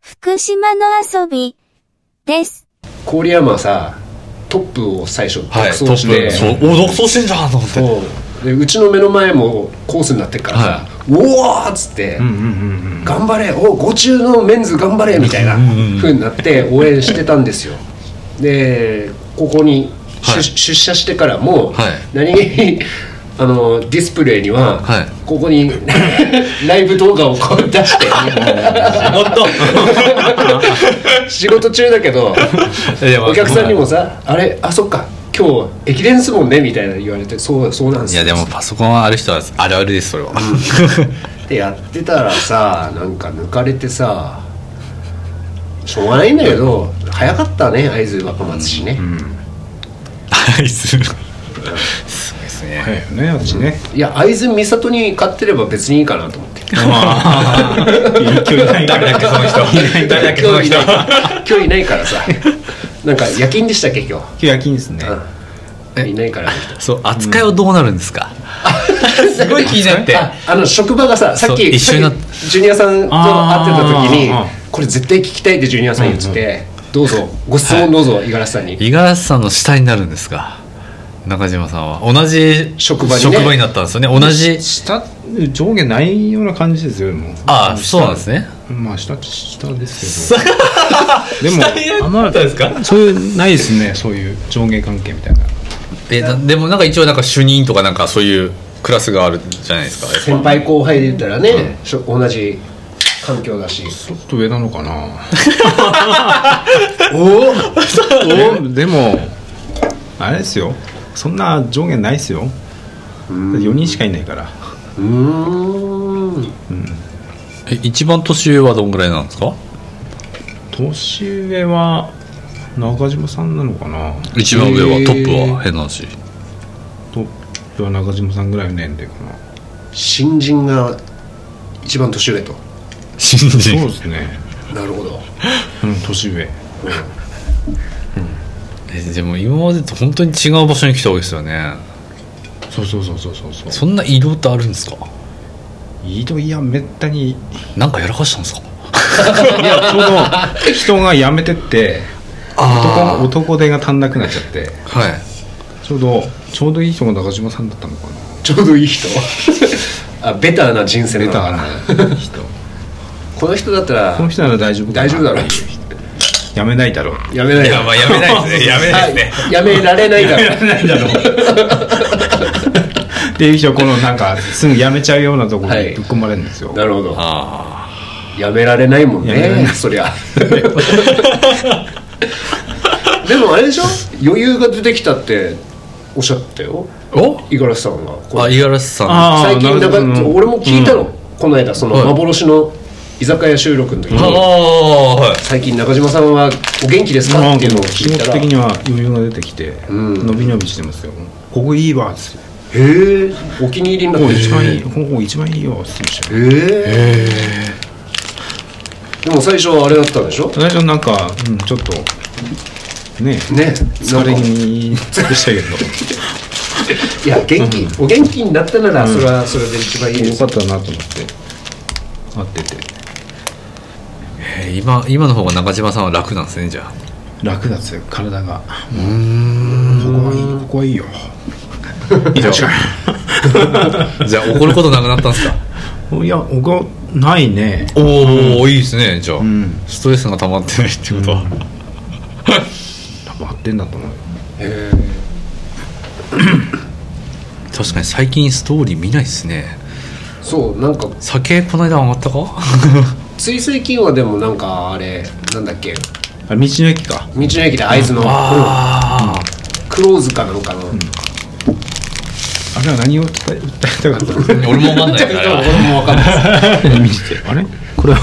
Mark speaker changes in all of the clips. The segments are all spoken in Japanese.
Speaker 1: 福島の遊びです。
Speaker 2: 郡山はさトップを最初独
Speaker 3: はい、
Speaker 2: 走して、
Speaker 3: そう、お、独走してんじゃんと思って。
Speaker 2: そうでうちの目の前もコースになってっからさ「うおー!」っつって「頑張れおご中のメンズ頑張れ!」みたいなふうになって応援してたんですよでここに出,、
Speaker 3: はい
Speaker 2: 出社してからも、
Speaker 3: はい
Speaker 2: 何気にあのディスプレイには、
Speaker 3: はい
Speaker 2: ここにライブ動画をこう出して
Speaker 3: おっ
Speaker 2: 仕事中だけど
Speaker 3: と。い や
Speaker 2: お客さんにも さ「あれあそっか今日駅伝っすもんね」みたいな言われて「そうそうなんです
Speaker 3: い
Speaker 2: よ
Speaker 3: や、でもパソコンはある人はあるあるです、そ れは。
Speaker 2: ってやってたらさなんか抜かれてさしょうがないんだけど早かったね会津若松市ね、
Speaker 3: はい、すごいですね。
Speaker 4: 早いよねあっちね
Speaker 2: いや会津美里に勝ってれば別にいいかなと思って
Speaker 4: 勢いないから
Speaker 3: 誰だっけ、その人。誰だっけ、その人。
Speaker 2: 今日いないからさなんか夜勤でしたっけ今
Speaker 4: 夜勤ですね
Speaker 2: 日いないから
Speaker 3: そう、扱いはどうなるんですかすごい気になって。
Speaker 2: ああの職場がささっき
Speaker 3: そう一緒にな
Speaker 2: さっきジュニアさんと会ってた
Speaker 4: あ
Speaker 2: 時にこれ絶対聞きたいってジュニアさん言ってて、どうぞご質
Speaker 3: は
Speaker 2: 問
Speaker 3: い
Speaker 2: どうぞ五十嵐さんに、
Speaker 3: 五十嵐さんの下になるんですか中島さんは同じ
Speaker 2: 職場にね
Speaker 3: 職場になったんですよね同じ
Speaker 4: 下上下ないような感じですよもう
Speaker 3: ああそうなんですね
Speaker 4: まあ下下で すけどでもあんま
Speaker 3: ですか
Speaker 4: そういうないですねそういう上下関係みたいな
Speaker 3: えなでもなんか一応なんか主任とかなんかそういうクラスがあるじゃないですかやっぱ
Speaker 2: 先輩後輩で言ったらね、しょ同じ環境だし
Speaker 4: ちょっと上なの かなおおでもあれですよそんな上限ないですよ4人しかいないから
Speaker 2: うーん
Speaker 3: え一番年上はどんぐらいなんですか
Speaker 4: 年上は中島さんなのかな
Speaker 3: 一番上は
Speaker 2: えー
Speaker 3: トップは変な話
Speaker 4: トップは中島さんぐらいの年齢かな
Speaker 2: 新人が一番年上と
Speaker 3: 新
Speaker 4: そう
Speaker 3: 人
Speaker 4: ですね
Speaker 2: なるほど
Speaker 4: うん年上
Speaker 3: えでも今までと本当に違う場所に来たわけですよね
Speaker 4: そうそうそうそうそうそう
Speaker 3: そんな移動ってあるんですか
Speaker 4: いいといやめったに
Speaker 3: なんかやらかしたんですか
Speaker 4: いやちょうど人が辞めてって男男手が足んなくなっちゃって
Speaker 3: はい
Speaker 4: ちょうどちょうどいい人が中島さんだったのかな
Speaker 2: ちょうどいい人 あベターな人生
Speaker 4: ベ
Speaker 2: なのかな
Speaker 4: ター な人
Speaker 2: この人だったら
Speaker 4: この人なら大丈夫かな
Speaker 2: 大丈夫だろう
Speaker 4: やめないだろう
Speaker 2: やめない
Speaker 3: い
Speaker 2: だ
Speaker 3: や
Speaker 2: ろ
Speaker 3: まあやめないですねやめない ですね
Speaker 2: やめられないだろう
Speaker 4: ないだ ろうっていう人このなんかすぐやめちゃうようなところ
Speaker 2: はい
Speaker 4: にぶっ込まれるんですよ、
Speaker 2: なるほど
Speaker 3: ああ
Speaker 2: やめられないもん
Speaker 4: やめられ
Speaker 2: ね
Speaker 4: ない
Speaker 2: そりゃでもあれでしょ余裕が出てきたっておっしゃったよ
Speaker 3: お
Speaker 2: 五十嵐さんがこ
Speaker 3: あ
Speaker 2: れ
Speaker 3: 五十嵐さん
Speaker 4: あ
Speaker 2: 最近だか
Speaker 4: なるほ
Speaker 2: ら
Speaker 4: ど
Speaker 2: 俺も聞いたの、この間その
Speaker 3: はい
Speaker 2: 幻の居酒屋収録の時に、
Speaker 3: ああはい
Speaker 2: 最近中島さんはお元気ですか
Speaker 4: な
Speaker 2: っ
Speaker 4: ん
Speaker 2: て
Speaker 4: か
Speaker 2: いうのを
Speaker 4: 仕
Speaker 2: 聞いた
Speaker 4: 事
Speaker 2: ら
Speaker 4: 的には余裕が出てきて
Speaker 2: うん
Speaker 4: 伸び伸びしてますよここいいわっつって
Speaker 2: へえお気に入りにな
Speaker 4: こ
Speaker 2: っ
Speaker 4: こ
Speaker 2: て
Speaker 4: 一番いい
Speaker 2: る
Speaker 4: ここ一番いいよっつってましたよ
Speaker 2: へえでも最初はあれだったんでしょ
Speaker 4: 最初なんか、うん、ちょっとね
Speaker 2: ねな
Speaker 4: 疲
Speaker 2: んか
Speaker 4: れ気味でしたけ
Speaker 2: いや元気、お元気になったならそれはそれで一番いい
Speaker 4: ど
Speaker 2: で
Speaker 4: よ
Speaker 2: す、
Speaker 4: かったなと思って会ってて
Speaker 3: えー今今の方が中島さんは楽なんですねじゃあ
Speaker 4: 楽だっすよ体がもうここはいいここはいいよいや
Speaker 3: じゃあ怒ることなくなったんですか
Speaker 4: いや他ないね
Speaker 3: おお、いいですねじゃあ、
Speaker 4: ん
Speaker 3: ストレスが溜まってないってことは、
Speaker 4: 多分合ってんだと思うよ
Speaker 2: へ
Speaker 3: 確かに最近ストーリー見ないですね
Speaker 2: えそうなんか
Speaker 3: 酒この間上がったか
Speaker 2: つい最近はでもなんかあれなんだっけ
Speaker 4: あ道の駅か
Speaker 2: 道の駅で会津の、うん
Speaker 3: ああ
Speaker 2: クローズかなんかの、
Speaker 4: あれは何を伝え訴えたかったの
Speaker 3: 俺も分かんない から
Speaker 2: 俺もわかんない
Speaker 4: あれこれは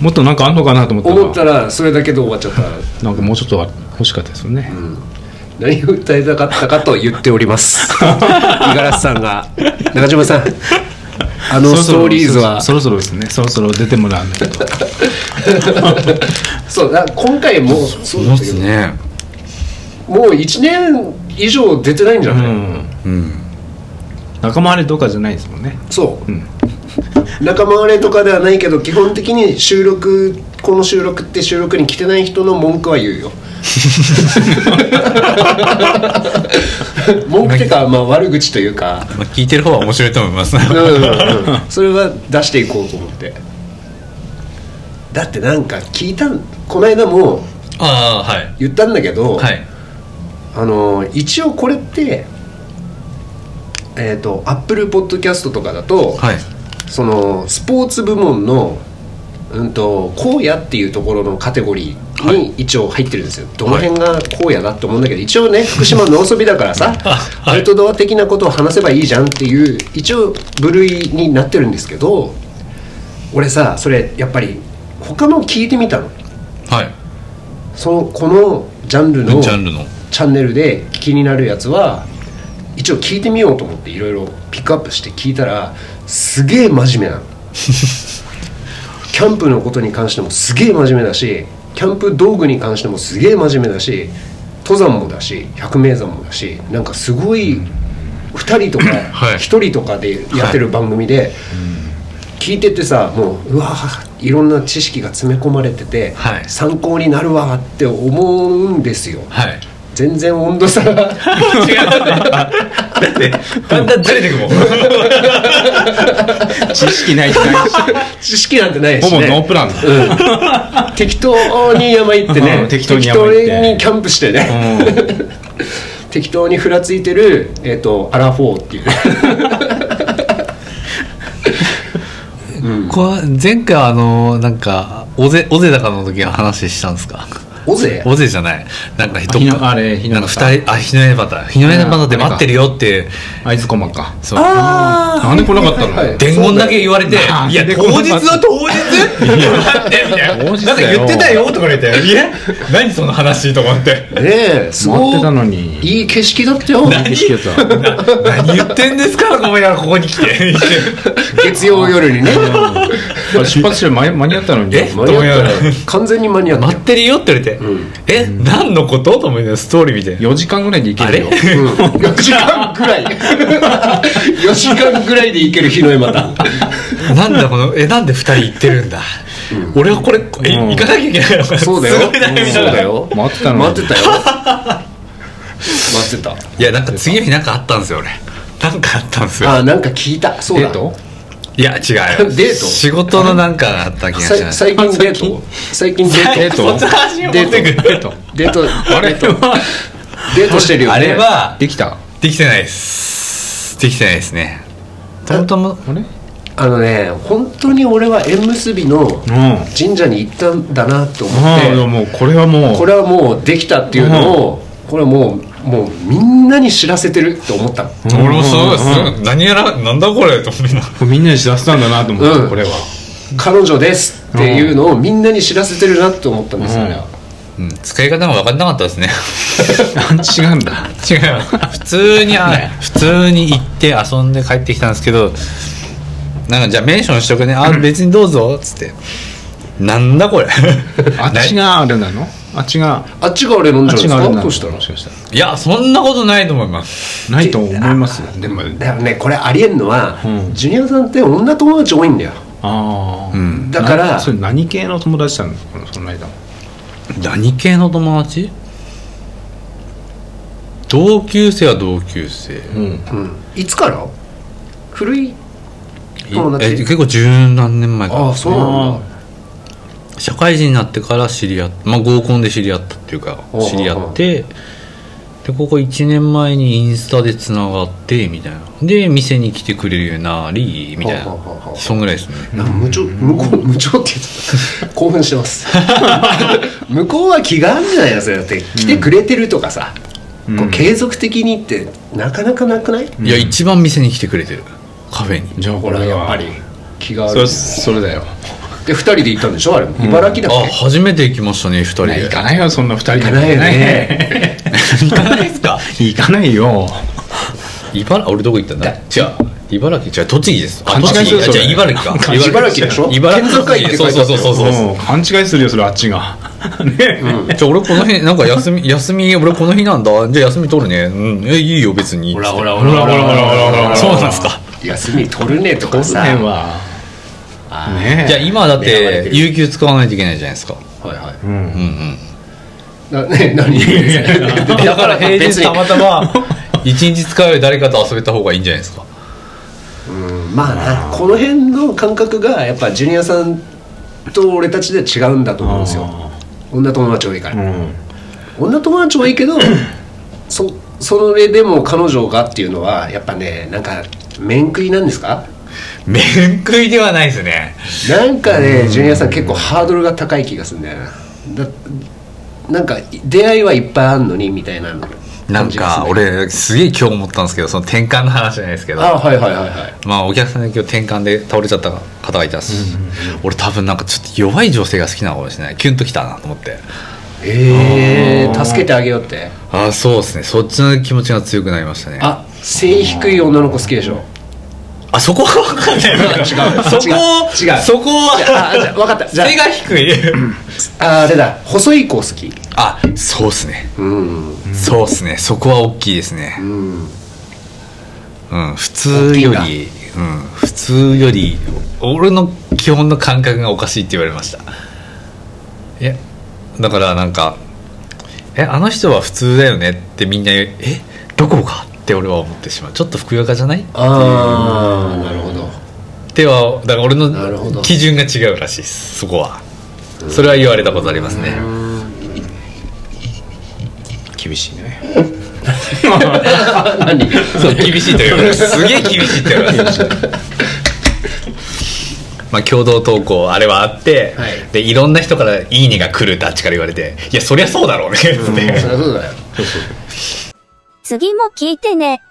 Speaker 4: もっとなんかあんのかなと思ったら
Speaker 2: 思ったらそれだけで終わっちゃった
Speaker 4: なんかもうちょっとは欲しかったですよね、
Speaker 2: 何を歌いたかったかと言っております五十嵐さんが中島さんあのストーリーズは
Speaker 4: そろそろですねそろそろ出てもらわないと
Speaker 2: そうだ今回もそう
Speaker 3: そう
Speaker 2: だ
Speaker 3: で
Speaker 2: け
Speaker 3: す
Speaker 2: ど
Speaker 3: ね
Speaker 2: もう1年以上出てないんじゃ
Speaker 4: う
Speaker 2: ない、
Speaker 4: ん
Speaker 3: うん
Speaker 4: 仲間割れとかじゃないですもんね
Speaker 2: そう、
Speaker 4: うん
Speaker 2: 仲間割れとかではないけど基本的に収録この収録って収録に来てない人の文句は言うよ文句っていうか、まあ、悪口というか
Speaker 5: まあ、聞いてる方は面白いと思いますね
Speaker 2: うんうんうんそれは出していこうと思ってだってなんか聞いたんこの間も
Speaker 5: ああはい
Speaker 2: 言ったんだけど、
Speaker 5: はい
Speaker 2: あの一応これってえっ、とアップルポッドキャストとかだと、
Speaker 5: はい
Speaker 2: そのスポーツ部門のうんと荒野っていうところのカテゴリーに一応入ってるんですよ、どの辺が荒野だって思うんだけど一応ね福島の遊びだか らさ、アウトドア的なことを話せばいいじゃんっていう一応部類になってるんですけど俺さそれやっぱり他の聞いてみたの
Speaker 5: はい
Speaker 2: そのこのジャンルの
Speaker 5: ジャンルの
Speaker 2: チャンネルで気になるやつは一応聞いてみようと思っていろいろピックアップして聞いたらすげえ真面目な のキャンプのことに関してもすげえ真面目だしキャンプ道具に関してもすげえ真面目だし登山もだし百名山もだしなんかすごい2人とか
Speaker 5: はい
Speaker 2: 1人とかでやってる番組で、聞いててさもううわいろんな知識が詰め込まれてて、
Speaker 5: はい
Speaker 2: 参考になるわって思うんですよ
Speaker 5: はい
Speaker 2: 全然温度差が
Speaker 5: 違うだってだんだんずれてくもん
Speaker 4: 知識ないしないし
Speaker 2: 知識なんてないし、
Speaker 4: ほ
Speaker 2: ね、
Speaker 4: ぼノープランだ
Speaker 2: うん適当に山行って
Speaker 4: う
Speaker 2: ね
Speaker 4: ん 適当に山行って
Speaker 2: 適当にキャンプしてね、 適当にふらついてる、えっとアラフォーっていう
Speaker 3: これ前回あのなんか尾瀬尾瀬高の時は話したんですか
Speaker 2: 尾瀬
Speaker 3: 尾瀬じゃないなんかどっか
Speaker 4: ひのあれひの
Speaker 3: なんか二人あ日の絵端日の絵端で待ってるよって
Speaker 4: 会津駒か
Speaker 3: そう
Speaker 4: なんで来なかったの、
Speaker 2: はいはい
Speaker 3: 伝言だけ言われて
Speaker 4: そうだよ
Speaker 3: 「いや
Speaker 4: なんで
Speaker 3: 当
Speaker 4: こんな
Speaker 3: 日は当日?」待 ってみたいな「なん
Speaker 4: 当日
Speaker 3: か
Speaker 4: だよ
Speaker 3: 言ってたよ」とか 言って「いや何その話」と思って
Speaker 2: ねえす
Speaker 4: 待っ
Speaker 2: ご
Speaker 4: てたの
Speaker 2: い
Speaker 4: にい
Speaker 2: いい景色だった よ
Speaker 4: 景色やった
Speaker 3: 「何言ってんですか?」と思いながらここに来て 一瞬
Speaker 2: 月曜夜にね
Speaker 4: あ出発して間間に合ったのに
Speaker 3: え
Speaker 2: 間に合った
Speaker 3: どう
Speaker 2: よ完全に間に合っ
Speaker 3: 「
Speaker 2: た
Speaker 3: 待
Speaker 2: よ
Speaker 3: ってるよ」って言われて「え何のこと?」と思いながらストーリー見て
Speaker 4: 4時間ぐらいで行
Speaker 3: あ
Speaker 4: けるよ
Speaker 3: れ
Speaker 2: うん、4時間ぐら い4時間ぐらいで行ける日の絵また
Speaker 3: なんだこのえなんで二人行ってるんだ、俺はこれえ
Speaker 4: うん
Speaker 3: 行かなきゃいけないのか
Speaker 2: そうだよ
Speaker 3: すごい悩み
Speaker 2: そ
Speaker 3: だ
Speaker 2: う
Speaker 3: な
Speaker 2: だよ
Speaker 4: 待ってたのに
Speaker 2: 待ってたよ待ってた
Speaker 3: いやなんか次の日なんかあったんですよ俺なんかあったんですよ
Speaker 2: あーなんか聞いたそう
Speaker 4: デ
Speaker 2: だ
Speaker 4: ート
Speaker 3: いや違うよ
Speaker 2: デート
Speaker 3: 仕事のなんかがあった気がし
Speaker 2: さい
Speaker 3: ない
Speaker 2: 最近デート最近デート
Speaker 4: そっちの
Speaker 3: 話を持ってくる
Speaker 4: デート
Speaker 2: デート
Speaker 3: あれは
Speaker 2: デートしてるよね
Speaker 3: あれは
Speaker 4: できた
Speaker 3: できてないですできてないですねたまたま
Speaker 4: あれうん
Speaker 2: あのね本当に俺は縁結びの
Speaker 4: あ
Speaker 2: 神社に行ったんだなと思
Speaker 4: あいや
Speaker 2: っ
Speaker 4: もうこれはも
Speaker 2: て
Speaker 4: う
Speaker 2: これはもうできたっていうのをこれはもうもうみんなに知らせてると思ったの
Speaker 5: 俺もそうす
Speaker 4: うんうん
Speaker 5: ごい何やらなんだこれと思いながら
Speaker 4: これみんなに知らせたんだなと思って、
Speaker 2: うん
Speaker 4: これは
Speaker 2: 彼女ですっていうのをみんなに知らせてるなと思ったんですよ、
Speaker 4: うん
Speaker 2: あれは
Speaker 5: うん使い方が分かんなかったですね
Speaker 4: 違うんだ
Speaker 5: 違う
Speaker 3: 普通にあ普通に行って遊んで帰ってきたんですけどなんかじゃあメンションしとくねあ別にどうぞっつってなんだこれ
Speaker 4: あっ ちがあれなのあっちが
Speaker 2: あっちが俺飲ん
Speaker 4: あ
Speaker 2: じ
Speaker 4: っ
Speaker 2: ゃうんです
Speaker 4: ちがあれ
Speaker 2: か
Speaker 4: なの
Speaker 2: どうしたら
Speaker 4: もしかしたら
Speaker 3: いやそんなことないと思います
Speaker 4: ないと思いますでも
Speaker 2: だからねこれありえんのは、
Speaker 4: うん
Speaker 2: ジュニアさんって女友達多いんだよ
Speaker 4: ああ、
Speaker 2: だから
Speaker 4: なそれ何系の友達なのこのその間
Speaker 3: 何系の友達
Speaker 5: 同級生は同級生
Speaker 4: うん
Speaker 2: うんいつから古い友
Speaker 5: え
Speaker 2: 達
Speaker 5: 結構十何年前か
Speaker 2: あ
Speaker 5: ら
Speaker 2: あそうなんだ
Speaker 5: 社会人になってから知り合って、まあ、合コンで知り合ったっていうか
Speaker 2: おうおうおう
Speaker 5: 知り合ってでここ1年前にインスタでつながってみたいなで店に来てくれるようになりみたい
Speaker 2: ほうほうほうほ
Speaker 5: な
Speaker 2: う
Speaker 5: そんぐらいですね
Speaker 2: なんか無調向こう無調って言ってた興奮してます 向こうは気があるんじゃないですかだって来てくれてるとかさ、こう継続的にってなかなかなくない、
Speaker 5: いや一番店に来てくれてるカフェに
Speaker 4: じゃあこ
Speaker 2: ほ
Speaker 4: れ
Speaker 2: らやっ
Speaker 4: は
Speaker 2: ぱり気があ
Speaker 4: そ
Speaker 2: る
Speaker 4: れそれだよ
Speaker 2: で2人で行ったんでしょあれ茨城だっ
Speaker 5: あ
Speaker 2: け、
Speaker 5: 初めて行きましたね2人で
Speaker 4: 行かないよそんな二人で
Speaker 2: 行かないよね
Speaker 5: 行かないですか
Speaker 4: 行かないよ
Speaker 5: 茨俺どこ行ったんだ違う茨城違う栃木ですあ
Speaker 4: 勘違い
Speaker 5: 栃
Speaker 4: する
Speaker 5: 木
Speaker 4: そ
Speaker 5: じ
Speaker 4: れ
Speaker 5: ゃあ茨城か
Speaker 2: 茨城でしょ
Speaker 5: 茨
Speaker 2: 県境
Speaker 5: 城
Speaker 2: って書いてあるよ
Speaker 5: そうそうそうそうそう
Speaker 4: うん勘違いするよそれあっちがね、
Speaker 5: じゃあ俺この辺なんか休み休み俺この日なんだじゃあ休み取るねうんえいいよ別に
Speaker 2: ほらほ
Speaker 5: ら
Speaker 2: らほらほらほらほら
Speaker 5: そうなんですか
Speaker 2: 休み取るねとか
Speaker 4: この
Speaker 2: さ
Speaker 4: 辺はねえ
Speaker 3: じゃあ今だっ
Speaker 5: 狙われて
Speaker 3: て
Speaker 5: る
Speaker 3: 有給使わないといけないじゃないですか
Speaker 2: はいは
Speaker 4: う
Speaker 3: うん
Speaker 4: ん
Speaker 3: う
Speaker 2: いな
Speaker 3: ん
Speaker 2: ね何
Speaker 3: だから平
Speaker 2: 別
Speaker 3: 日
Speaker 2: に
Speaker 3: たまたま 一日使うより誰かと遊べた方がいいんじゃないですか
Speaker 2: うんまあなこの辺の感覚がやっぱジュニアさんと俺たちでは違うんだと思うんですよ女友達多いから、
Speaker 4: うん
Speaker 2: 女友達もいいけどそそれでも彼女がっていうのはやっぱねなんか面食いなんですか
Speaker 3: 面食いではないですね
Speaker 2: なんかねジュニアさん結構ハードルが高い気がするんだよなだなんか出会いはいっぱいあんのにみたいなの
Speaker 3: なん
Speaker 2: 感じがす
Speaker 3: か
Speaker 2: る
Speaker 3: 俺すげえ今日思ったんですけどその転換の話じゃないですけど
Speaker 2: あはいはいはいはい
Speaker 3: まあお客さんで今日転換で倒れちゃった方がいたし、俺多分なんかちょっと弱い女性が好きなのかもしれないキュンときたなと思って
Speaker 2: えー、助けてあげようって
Speaker 3: ああそうですねそっちの気持ちが強くなりましたね
Speaker 2: あ背低い女の子好きでしょ
Speaker 3: あそこは分かんないな
Speaker 2: 違う
Speaker 3: そこ
Speaker 2: 違う違う
Speaker 3: そこ
Speaker 2: あじゃあ
Speaker 3: は
Speaker 2: 分かったじゃ
Speaker 3: 背が低い
Speaker 2: ああれだ細い子好き
Speaker 3: あそうっすね
Speaker 2: うん
Speaker 3: そうっすねそこは大きいですね
Speaker 2: うん
Speaker 3: うん普通よ
Speaker 2: 大
Speaker 3: りうん普通より俺の基本の感覚がおかしいって言われましたいやだからなんか「えあの人は普通だよね」ってみんな言う「えどこか?」って俺は思ってしまうちょっとふくよかじゃない
Speaker 2: ああなるほど
Speaker 3: ではだから俺
Speaker 2: なるほど
Speaker 3: の基準が違うらしいですそこはそれは言われたことありますね
Speaker 4: 厳しいね
Speaker 2: 何
Speaker 3: そう厳しいと言 われるすげえ厳しいって言われるまあ共同投稿あれはあって、
Speaker 2: はい
Speaker 3: でいろんな人から「いいね」が来るってあっちから言われて「いやそりゃそうだろう」みたいなやつで
Speaker 2: そりゃそうだよ
Speaker 1: 次も聞いてね。